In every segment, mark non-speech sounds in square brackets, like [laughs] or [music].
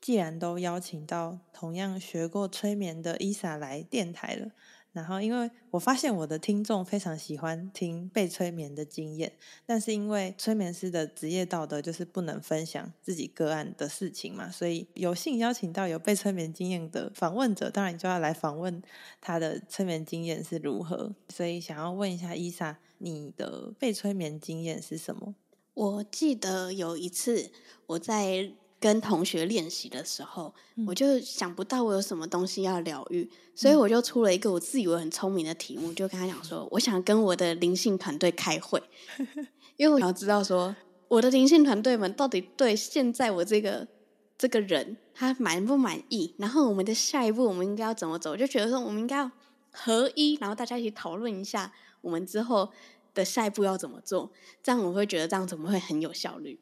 既然都邀请到同样学过催眠的伊莎来电台了，然后因为我发现我的听众非常喜欢听被催眠的经验，但是因为催眠师的职业道德就是不能分享自己个案的事情嘛，所以有幸邀请到有被催眠经验的访问者，当然就要来访问他的催眠经验是如何。所以想要问一下伊莎，你的被催眠经验是什么？我记得有一次我在跟同学练习的时候，我就想不到我有什么东西要疗愈，所以我就出了一个我自以为很聪明的题目，就跟他讲说，我想跟我的灵性团队开会，因为我想要知道说我的灵性团队们到底对现在我这个这个人他满不满意，然后我们的下一步我们应该要怎么走，我就觉得说我们应该要合一，然后大家一起讨论一下我们之后的下一步要怎么做，这样我会觉得这样怎么会很有效率。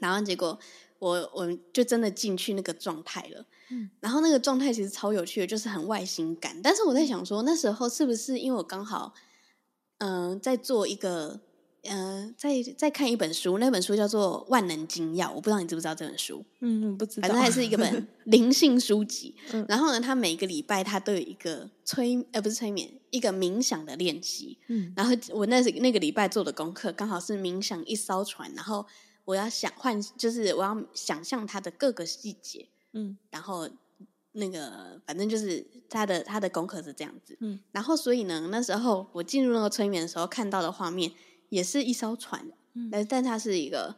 然后结果我我就真的进去那个状态了，嗯然后那个状态其实超有趣的，就是很外星感。但是我在想说，那时候是不是因为我刚好嗯、呃在做一个嗯、呃在在看一本书，那本书叫做《万能金钥》，我不知道你知不知道这本书，嗯，不知道，反正它是一个本灵性书籍。嗯然后呢，它每个礼拜它都有一个催呃不是催眠，一个冥想的练习。嗯然后我那时那个礼拜做的功课刚好是冥想一艘船，然后我要想换，就是我要想象它的各个细节，嗯然后那个反正就是他的他的功课是这样子，嗯，然后所以呢，那时候我进入那个催眠的时候看到的画面也是一艘船，嗯但但它是一个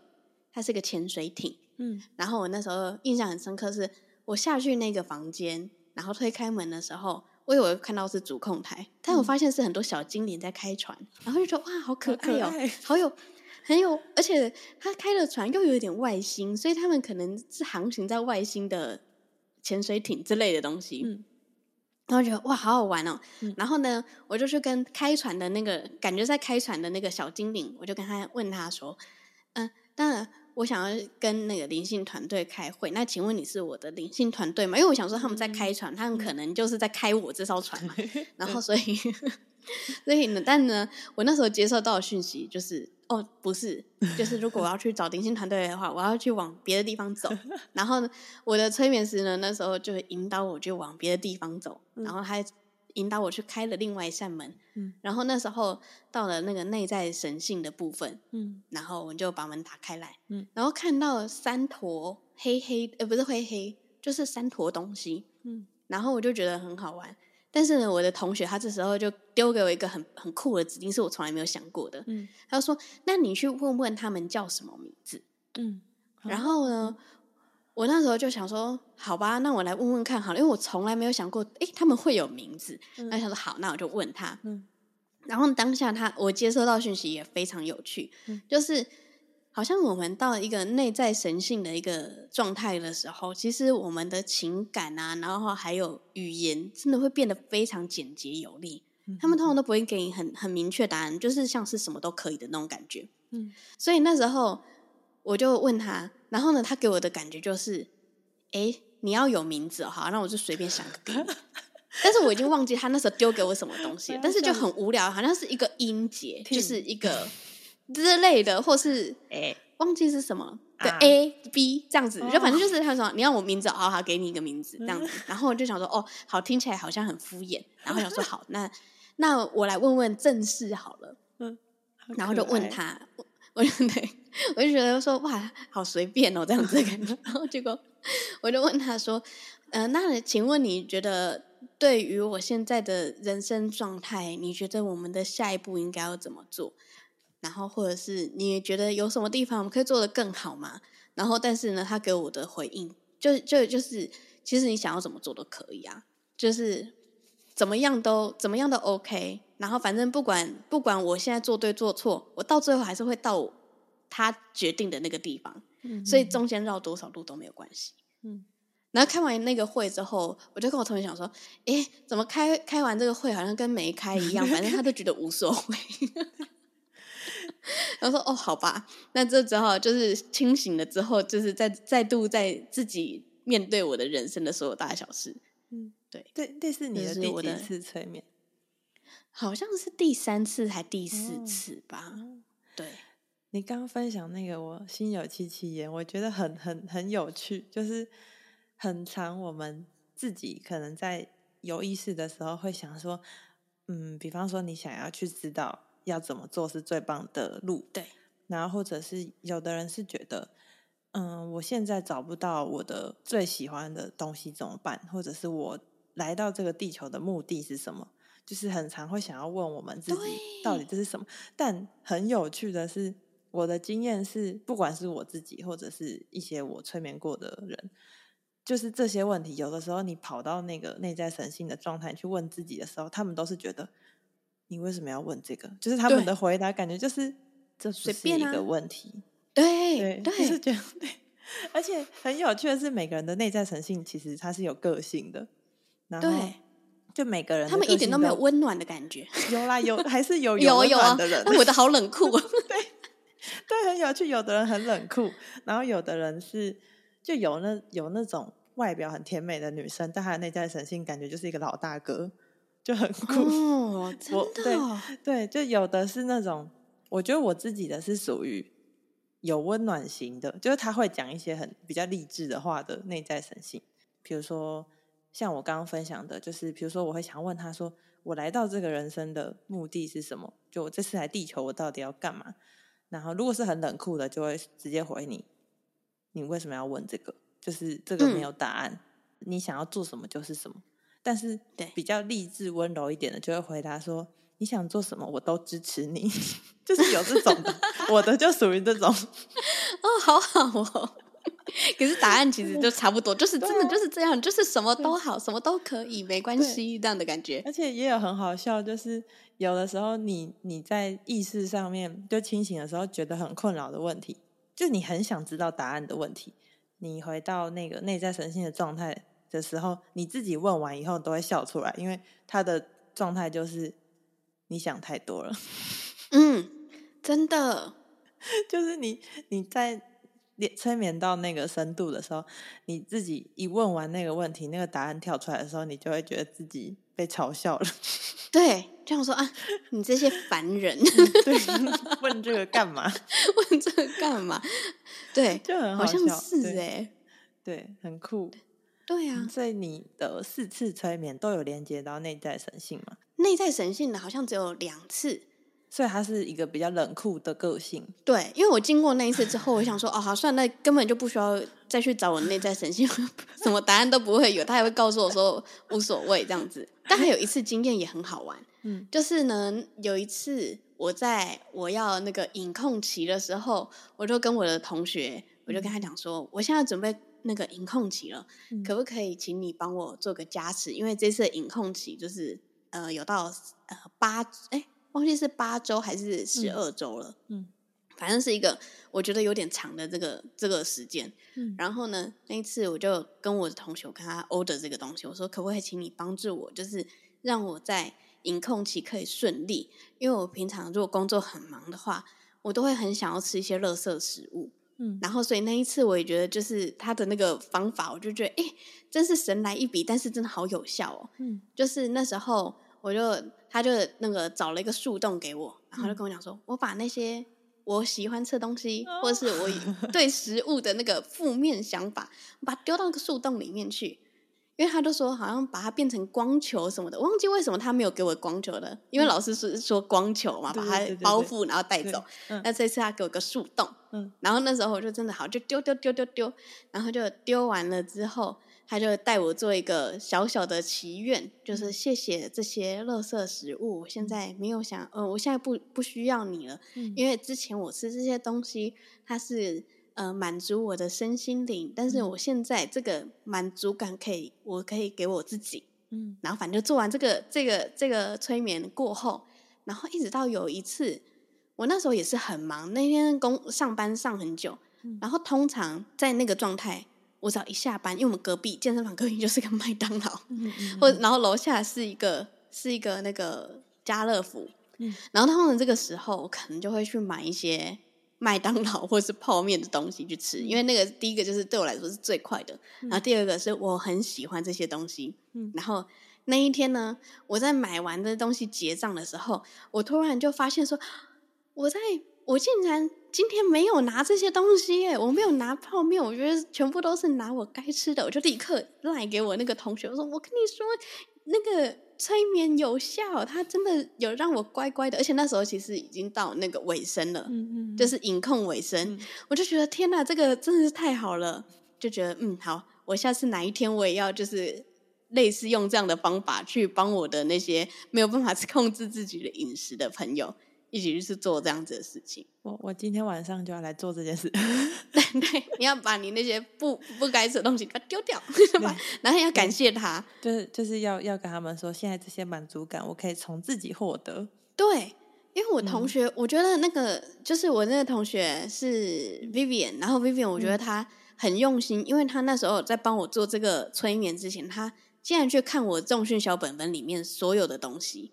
它是一个潜水艇，嗯然后我那时候印象很深刻是，我下去那个房间，然后推开门的时候，我以为看到是主控台，但我嗯发现是很多小精灵在开船，然后就觉得哇，好可可爱哦、爱好有。很有，而且他开的船又有点外星，所以他们可能是航行在外星的潜水艇之类的东西。嗯然后觉得哇，好好玩哦。嗯然后呢，我就去跟开船的那个感觉在开船的那个小精灵，我就跟他问他说：“嗯、当然我想要跟那个灵性团队开会，那请问你是我的灵性团队吗？因为我想说他们在嗯开船，他们可能就是在开我这艘船 [laughs] 嘛。然后所以， [laughs] 所以呢，但呢，我那时候接受到的讯息就是，哦，不是，就是如果我要去找灵性团队的话，我要去往别的地方 [laughs] 走。然后呢，我的催眠师呢，那时候就引导我就往别的地方走，嗯然后他引导我去开了另外一扇门。嗯然后那时候到了那个内在神性的部分，嗯然后我们就把门打开来，嗯然后看到三坨黑黑，呃，不是灰黑，就是三坨东西，嗯然后我就觉得很好玩。但是呢，我的同学他这时候就丢给我一个很很酷的指令，是我从来没有想过的。嗯他说：“那你去问问他们叫什么名字。嗯，”然后呢，我那时候就想说：“好吧，那我来问问看好了，因为我从来没有想过，诶，他们会有名字。”嗯那想说好，那我就问他。嗯然后当下他，我接收到讯息也非常有趣，嗯就是好像我们到一个内在神性的一个状态的时候，其实我们的情感啊，然后还有语言，真的会变得非常简洁有力。嗯他们通常都不会给你很很明确答案，就是像是什么都可以的那种感觉。嗯所以那时候我就问他，然后呢，他给我的感觉就是，诶，你要有名字哦、好，那我就随便想个给你。但是我已经忘记他那时候丢给我什么东西了，但是就很无聊，好像是一个音节，听就是一个之类的，或是哎忘记是什么，对、啊 A B 这样子，哦嗯就反正就是他说你要我名字，哦好，给你一个名字这样子，然后我就想说哦，好，听起来好像很敷衍，然后想说好，那那我来问问正事好了，然后就问，他，我我就对，我就觉得说哇，好随便哦，这样子的感觉。 [laughs] 然后结果我就问他说，呃，那请问你觉得对于我现在的人生状态，你觉得我们的下一步应该要怎么做？然后或者是你觉得有什么地方我们可以做得更好吗？然后但是呢，他给我的回应就就就是，其实你想要怎么做都可以啊，就是怎么样都怎么样都 OK。然后反正不管不管我现在做对做错，我到最后还是会到我他决定的那个地方，所以中间绕多少路都没有关系。嗯然后开完那个会之后，我就跟我同学讲说：“诶，怎么开开完这个会好像跟没开一样？反正他都觉得无所谓。” [laughs] 然后说：“哦，好吧，那这之后就是清醒了之后，就是再再度在自己面对我的人生的所有大小事。嗯，对，这这是你这的是第我几的次催眠？好像是第三次还第四哦次吧？对，你刚刚分享那个，我心有戚戚焉，我觉得很很很有趣，就是很常我们自己可能在有意识的时候会想说，嗯，比方说你想要去知道要怎么做是最棒的路，对，然后或者是有的人是觉得，嗯，我现在找不到我的最喜欢的东西怎么办？或者是我来到这个地球的目的是什么？就是很常会想要问我们自己到底这是什么。但很有趣的是，我的经验是，不管是我自己或者是一些我催眠过的人，就是这些问题，有的时候你跑到那个内在神性的状态去问自己的时候，他们都是觉得你为什么要问这个？就是他们的回答感觉就是这随随便一啊个问题，对对，就是觉对得对。而且很有趣的是，每个人的内在神性其实它是有个性的，然后对，就每个人的他们个一点性都没有温暖的感觉，有啦，有还是有有啊温有暖啊的人，，那我的好 [laughs] 冷酷啊，对，很有趣。有的人很冷酷，然后有的人是就有那有那种外表很甜美的女生，但她的内在神性感觉就是一个老大哥，就很酷。哦，真我对的哦， [laughs] 对，就有的是那种，我觉得我自己的是属于有温暖型的，就是他会讲一些很比较励志的话的内在神性，比如说像我刚刚分享的，就是比如说我会想问他说，我来到这个人生的目的是什么？就我这次来地球，我到底要干嘛？然后如果是很冷酷的，就会直接回你，你为什么要问这个？就是这个没嗯有答案，你想要做什么就是什么。但是对比较励志温柔一点的，就会回答说：“你想做什么，我都支持你。” [laughs] 就是有这种的，我的就属于这种。哦，好好哦。 [laughs] 可是答案其实就差不多，就是真的啊就是这样，就是什么都好，什么都可以，没关系，这样的感觉。而且也有很好笑，就是有的时候你你在意识上面就清醒的时候，觉得很困扰的问题，就你很想知道答案的问题，你回到那个内在神性的状态的时候，你自己问完以后都会笑出来，因为他的状态就是你想太多了。 [laughs] 嗯，真的，就是你你在连催眠到那个深度的时候，你自己一问完那个问题，那个答案跳出来的时候，你就会觉得自己被嘲笑了。 [laughs] 对，这样说啊，你这些凡人 [laughs] 对， [laughs] 问这个干嘛？问这个干嘛？对，就很好笑。像是对嗯哎、对，很酷。对啊，所以你的四次催眠都有连接到内在神性嘛？内在神性的好像只有两次。所以它是一个比较冷酷的个性。对，因为我经过那一次之后，我想说，哦，好，算了，那根本就不需要再去找我内在神性， [laughs] 什么答案都不会有，他还会告诉我说无所谓这样子。但还有一次经验也很好玩，嗯，就是呢，有一次我在我要那个影控期的时候，我就跟我的同学，我就跟他讲说，我现在准备那个影控期了，嗯可不可以请你帮我做个加持？因为这次的影控期就是呃有到呃八哎忘记是八周还是十二周了，嗯反正是一个我觉得有点长的这个这个时间。嗯然后呢，那一次我就跟我的同学，我跟他 order 这个东西，我说可不可以请你帮助我，就是让我在影控期可以顺利，因为我平常如果工作很忙的话，我都会很想要吃一些垃圾食物。嗯，然后，所以那一次我也觉得，就是他的那个方法，我就觉得，哎、真是神来一笔，但是真的好有效哦。嗯就是那时候，我就他就那个找了一个树洞给我，然后就跟我讲说，我把那些我喜欢吃的东西，哦或是我对食物的那个负面想法，我把它丢到那个树洞里面去。因为他就说，好像把它变成光球什么的，我忘记为什么他没有给我光球了。因为嗯老师是说光球嘛，对把对它对对对包覆然后带对走。嗯那这次他给我个树洞，嗯然后那时候我就真的好，就丢丢丢丢丢，然后就丢完了之后，他就带我做一个小小的祈愿，嗯就是谢谢这些垃圾食物，我现在没有想，呃，我现在不不需要你了，嗯因为之前我吃这些东西，它是呃满足我的身心灵，但是嗯我现在这个满足感可以，我可以给我自己，嗯然后反正就做完这个这个这个催眠过后，然后一直到有一次，我那时候也是很忙，那天工上班上很久，嗯然后通常在那个状态，我只要一下班，因为我们隔壁健身房隔壁就是个麦当劳，嗯嗯，或然后楼下是一个是一个那个家乐福，嗯然后通常这个时候我可能就会去买一些麦当劳或是泡面的东西去吃，嗯因为那个第一个就是对我来说是最快的，然后第二个是我很喜欢这些东西，嗯然后。那一天呢，我在买完这东西结账的时候，我突然就发现说，我在我竟然今天没有拿这些东西耶，我没有拿泡面，我觉得全部都是拿我该吃的，我就立刻赖给我那个同学，我说我跟你说，那个催眠有效，它真的有让我乖乖的，而且那时候其实已经到那个尾声了，嗯嗯，就是隐控尾声，嗯我就觉得天哪，这个真的是太好了，就觉得嗯好，我下次哪一天我也要就是类似用这样的方法去帮我的那些没有办法 [laughs] 控制自己的饮食的朋友一起去做这样子的事情。 [laughs] 我我今天晚上就要来做这件事， [laughs] 对对，你要把你那些不不该吃的东西把它丢掉，把 [laughs] 然后要感谢他。就是就是要要跟他们说，现在这些满足感我可以从自己获得，对，因为我同学，我觉得那个就是我那个同学是 Vivian，然后 Vivian 我觉得他很用心，因为他那时候在帮我做这个催眠之前，他竟然去看我重训小本本里面所有的东西，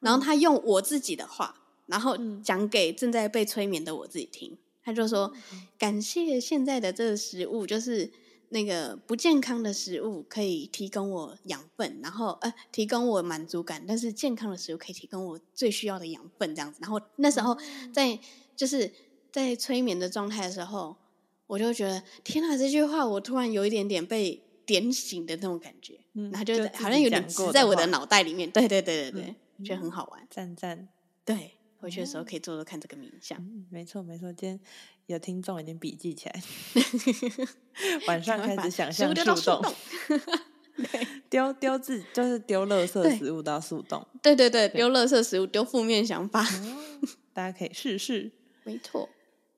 然后他用我自己的话，然后嗯讲给正在被催眠的我自己听。他就说：“感谢现在的这个食物，就是那个不健康的食物可以提供我养分，然后呃提供我满足感，但是健康的食物可以提供我最需要的养分，这样子。然后那时候在就是在催眠的状态的时候，我就觉得天啊，这句话我突然有一点点被点醒的那种感觉，嗯然后就就自己好像有点讲植过在的我的话脑袋里面。对对对对嗯对，哦觉得很好玩。赞赞。对，回去的时候可以做做看这个冥想。嗯，没错没错，今天有听众已经笔记 [laughs] 起来，晚上开始想象树树洞，洞。丢丢自就是丢垃对圾食物到树洞，对对对，丢垃圾食物，丢负面想法，大家可以试试。没错。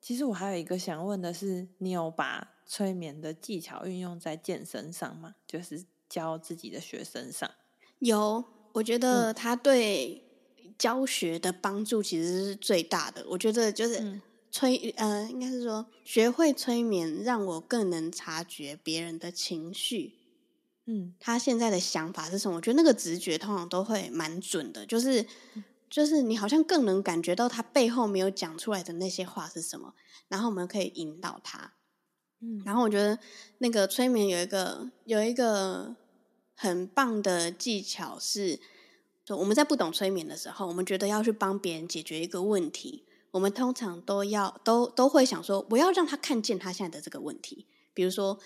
其实我还有一个想问的是，你有把催眠的技巧运用在健身上吗？就是教自己的学生上。有，我觉得他对教学的帮助其实是最大的。我觉得就是嗯催，呃，应该是说学会催眠，让我更能察觉别人的情绪，嗯他现在的想法是什么？我觉得那个直觉通常都会蛮准的，就是就是你好像更能感觉到他背后没有讲出来的那些话是什么，然后我们可以引导他。嗯然后我觉得那个催眠有一个有一个很棒的技巧是，就我们在不懂催眠的时候，我们觉得要去帮别人解决一个问题，我们通常都要都都会想说，我要让他看见他现在的这个问题。比如说，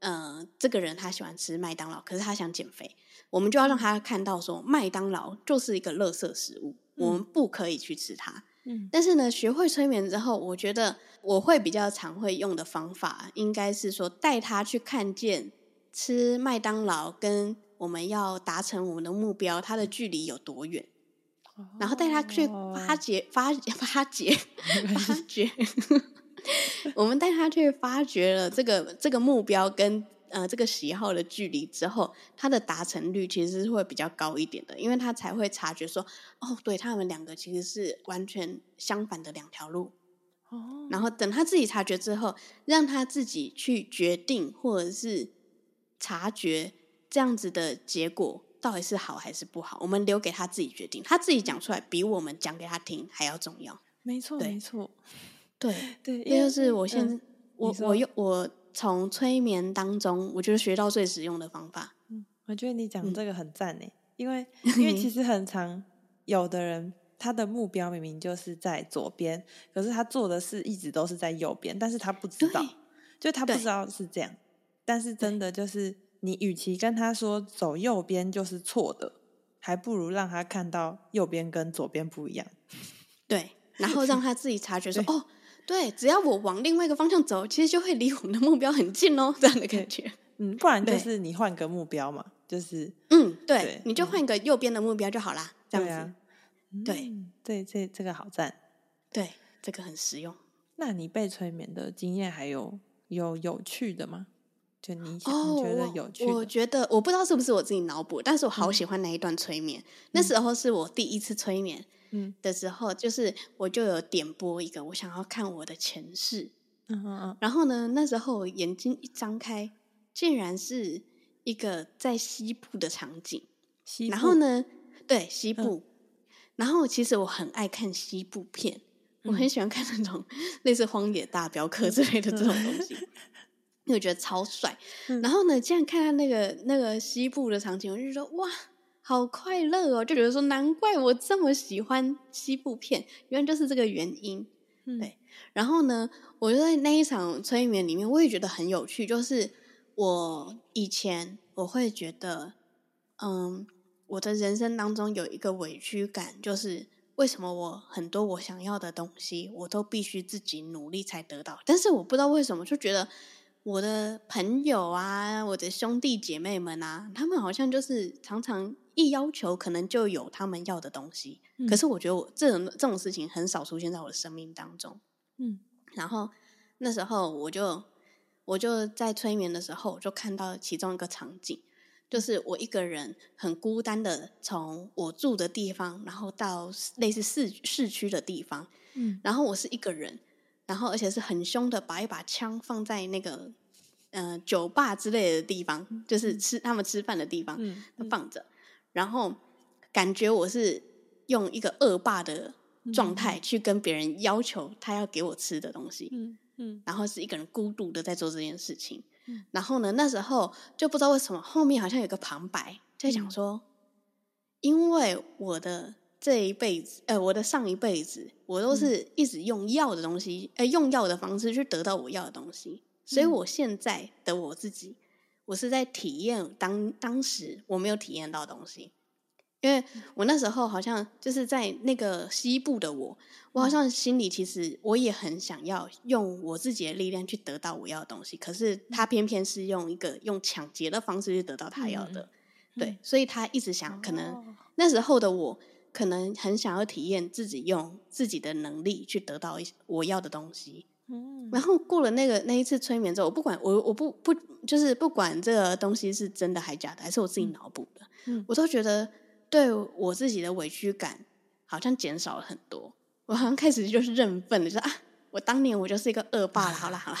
呃，这个人他喜欢吃麦当劳，可是他想减肥，我们就要让他看到说，麦当劳就是一个垃圾食物，我们不可以去吃它。嗯但是呢，学会催眠之后，我觉得我会比较常会用的方法，应该是说带他去看见吃麦当劳跟我们要达成我们的目标，它的距离有多远，然后带他去发哦掘、 [laughs] 发发掘、发掘。我们带他去发掘了这个这个目标跟呃这个喜好的距离之后，他的达成率其实是会比较高一点的，因为他才会察觉说，哦，对他们两个其实是完全相反的两条路。哦然后等他自己察觉之后，让他自己去决定或者是察觉这样子的结果到底是好还是不好，我们留给他自己决定。他自己讲出来比我们讲给他听还要重要。没错对没错，对，对，这因为就是我嗯现在、我你说我用我从催眠当中，我觉得学到最实用的方法。我觉得你嗯讲这个很赞诶、因 [laughs] 为因为其实很常有的人他的目标明明就是在左边，可是他做的事一直都是在右边，但是他不知道对，就他不对知道是这样。但是真的就是你，与其跟他说走右边就是错的，还不如让他看到右边跟左边不一样。对，然后让他自己察觉说，哦，对，只要我往另外一个方向走，其实就会离我们的目标很近哦，这样的感觉。嗯，不然就对是你换个目标嘛，就是嗯，对，对你就换个右边的目标就好啦，这样对子。啊，对嗯，对，这这个好赞。对，这个很实用。那你被催眠的经验还有有有趣的吗？就你想、哦，你觉得我有趣我的？嗯觉得我不知道是不是我自己脑补，但是我好喜欢那一段催眠。那时候是我第一次催眠嗯的时候，就是我就有点播一个，我想要看我的前世。嗯嗯嗯，然后呢，那时候我眼睛一张开，竟然是一个在西部的场景。西然部嗯后？呢，对西部，然后其实我很爱看西部片，我很嗯喜欢看那种类似《荒野大镖客》之类的这种 [laughs] 东西，因为我觉得超帅。嗯然后呢，竟然看到那个那个西部的场景，我就说哇。好快乐哦！就觉得说，难怪我这么喜欢西部片，原来就是这个原因。嗯对然后呢，我就在那一场催眠里面，我也觉得很有趣。就是我以前我会觉得，嗯，我的人生当中有一个委屈感，就是为什么我很多我想要的东西，我都必须自己努力才得到。但是我不知道为什么，就觉得我的朋友啊，我的兄弟姐妹们啊，他们好像就是常常一要求，可能就有他们要的东西。嗯可是我觉得我这种这种事情很少出现在我的生命当中。嗯然后那时候我就我就在催眠的时候，我就看到其中一个场景，就是我一个人很孤单的从我住的地方，然后到类似市市区的地方，嗯然后我是一个人，然后而且是很凶的，把一把枪放在那个呃酒吧之类的地方，就是吃他们吃饭的地方，嗯嗯放着，然后感觉我是用一个恶霸的嗯状态去跟别人要求他要给我吃的东西，嗯嗯然后是一个人孤独的在做这件事情嗯。然后呢，那时候就不知道为什么后面好像有个旁白在嗯讲说，因为我的这一辈子，呃，我的上一辈子，我嗯都是一直用药的东西，呃，用药的方式去得到我要的东西，所以嗯我现在的我自己，我是在体验当当时我没有体验到的东西。因为嗯我那时候好像就是在那个西部的我，我嗯好像心里其实我也很想要用我自己的力量去得到我要的东西，可是他嗯偏偏是用一个用抢劫的方式去得到他要的，嗯对，所以他一直想，可能哦那时候的我可能很想要体验自己用自己的能力去得到一些我要的东西，嗯然后过了那个那一次催眠之后，我不管我我不不就是不管这个东西是真的还假的，还是我自己脑补的，嗯我都觉得对我自己的委屈感好像减少了很多。我好像开始就是认份了，就是啊，我当年我就是一个恶霸了，好了好了，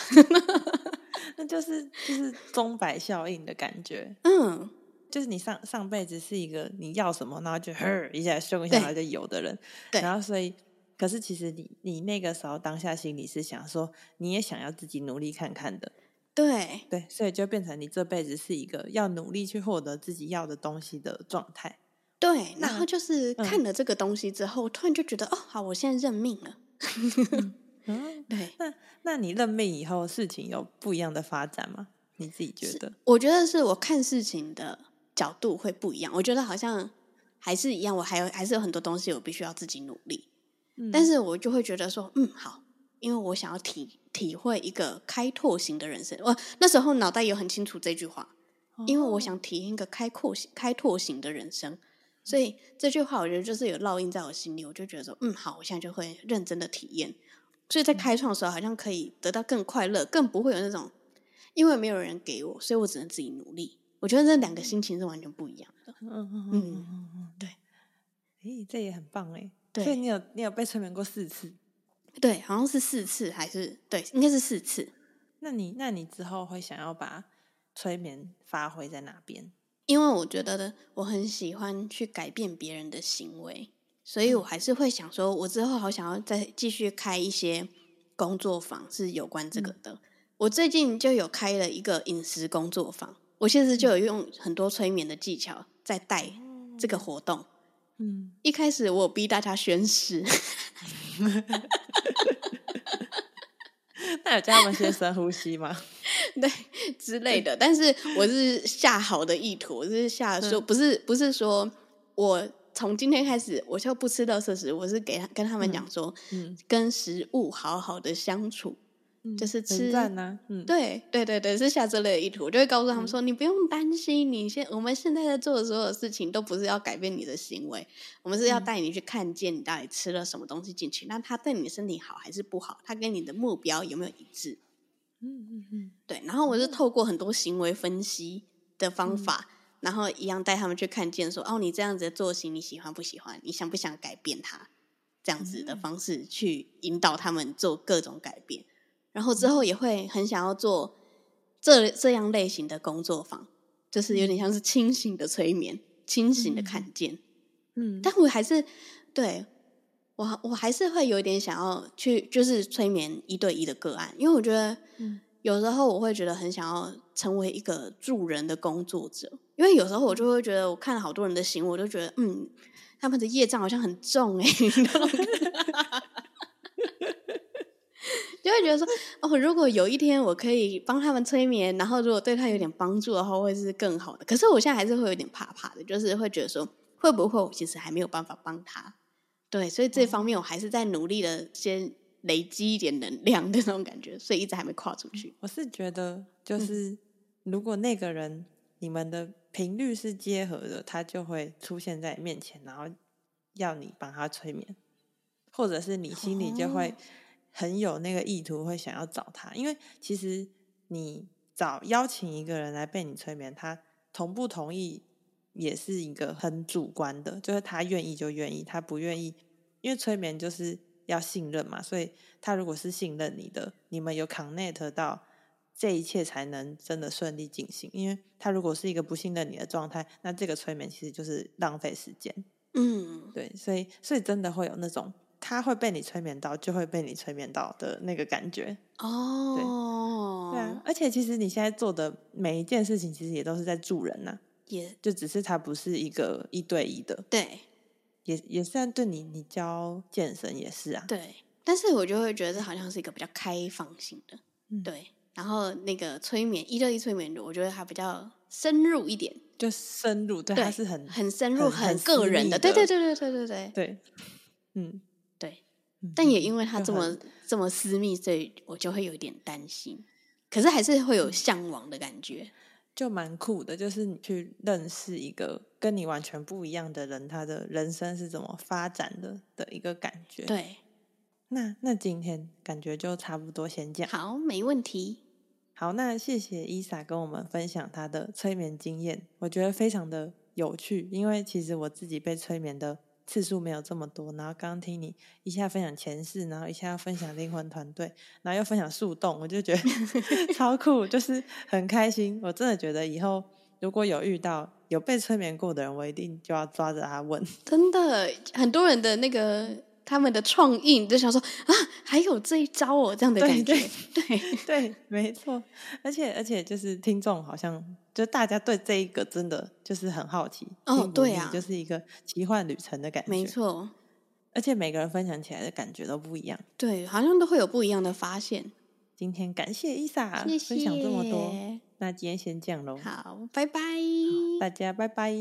那就是就是钟摆效应的感觉， [laughs] 嗯，就是你上上辈子是一个你要什么，然后就呵一下凶一下，对然后就有的人，对然后所以，可是其实你你那个时候当下心里是想说，你也想要自己努力看看的，对对，所以就变成你这辈子是一个要努力去获得自己要的东西的状态，对。那然后就是嗯看了这个东西之后，突然就觉得哦，好，我现在认命了，嗯，对。那那你任命以后，事情有不一样的发展吗？你自己觉得？我觉得是我看事情的角度会不一样。我觉得好像还是一样，我还有还是有很多东西我必须要自己努力，嗯但是我就会觉得说，嗯，好，因为我想要体体会一个开拓型的人生。我那时候脑袋有很清楚这句话，因为哦我想体验一个开阔型、开拓型的人生。所以这句话，我觉得就是有烙印在我心里，我就觉得说，嗯，好，我现在就会认真的体验。所以在开创的时候，好像可以得到更快乐，更不会有那种因为没有人给我，所以我只能自己努力。我觉得这两个心情是完全不一样的。嗯嗯嗯嗯嗯嗯嗯，对，诶，这也很棒哎，对所以你有你有被催眠过四次，对，好像是四次还是对，应该是四次。那你那你之后会想要把催眠发挥在哪边？因为我觉得呢，我很喜欢去改变别人的行为，所以我还是会想说，我之后好想要再继续开一些工作坊，是有关这个的。我最近就有开了一个饮食工作坊，我其实就有用很多催眠的技巧在带这个活动。嗯，一开始我有逼大家宣誓，那有教他们先深呼吸吗？对之类的。但是我是下好的意图，我是下说、嗯不是不是说我从今天开始我就不吃垃圾食，我是给他跟他们讲说，嗯跟食物好好的相处。嗯就是很吃赞呢、嗯，对对对对，是下这类的意图，我就会告诉他们说，你不用担心，你现我们现在在做的所有事情都不是要改变你的行为，我们是要嗯带你去看见你到底吃了什么东西进去，那它对你的身体好还是不好，它跟你的目标有没有一致？嗯嗯嗯嗯对，然后我是透过很多行为分析的方法，然后一样带他们去看见说，哦，你这样子的作息你喜欢不喜欢？你想不想改变它？这样子的嗯方式去引导他们做各种改变，然后嗯之后也会很想要做这这样类型的工作坊，就是有点像是清醒的催眠，清醒的看见。嗯，但我还是对我我还是会有点想要去，就是催眠一对一的个案，因为我觉得嗯有时候我会觉得很想要成为一个助人的工作者，因为有时候我就会觉得我看了好多人的行为，我就觉得嗯， [laughs] 他们的业障好像很重哎、欸，你知道吗就会觉得说，哦，如果有一天我可以帮他们催眠，然后如果对他有点帮助的话，会是更好的。可是我现在还是会有点怕怕的，就是会觉得说，会不会我其实还没有办法帮他？对，所以这哦方面我还是在努力的，先累积一点能量的那种感觉，所以一直还没跨出去。我是觉得，就是如果那个人你们的频率是结合的，他就会出现在你面前，然后要你帮他催眠，或者是你心里就会很有那个意图，会想要找他。因为其实你找邀请一个人来被你催眠，他同不同意也是一个很主观的，就是他愿意就愿意，他不愿意，因为催眠就是要信任嘛，所以他如果是信任你的，你们有 connect 到，这一切才能真的顺利进行。因为他如果是一个不信任你的状态，那这个催眠其实就是浪费时间。嗯，对，所以所以真的会有那种他会被你催眠到，就会被你催眠到的那个感觉。嗯哦，对啊，而且其实你现在做的每一件事情，其实也都是在助人呐、也就只是它不是一个一对一的，对也也算对你，你教健身也是啊，对，但是我就会觉得这好像是一个比较开放性的，嗯对。然后那个催眠一对一催眠，我觉得它比较深入一点，就深入，对，对它是很很深入、很很很个私人密对对的对对对对对对，嗯，对。嗯但也因为它就这么很这么私密，所以我就会有点担心。可是还是会有向往的感觉，就蛮酷的，就是你去认识一个跟你完全不一样的人，他的人生是怎么发展的的一个感觉。，对，那那今天感觉就差不多先这样。好，没问题。好，那谢谢伊莎跟我们分享她的催眠经验，我觉得非常的有趣，因为其实我自己被催眠的次数没有这么多。然后刚刚听你一下分享前世，然后一下分享灵魂团队，然后又分享树洞，我就觉得 [laughs] 超酷，就是很开心。我真的觉得以后如果有遇到有被催眠过的人，我一定就要抓着他问。真的，很多人的那个他们的创意，你就想说啊，还有这一招哦，这样的对感觉，对对 [laughs] 对，没错，而且而且就是听众好像就大家对这一个真的就是很好奇哦心不对腻啊就是一个奇幻旅程的感觉，没，错，而且每个人分享起来的感觉都不一样。对，好像都会有不一样的发现。今天感谢伊莎谢分享这么多，谢，那今天先这样喽，好，拜拜，大家拜拜。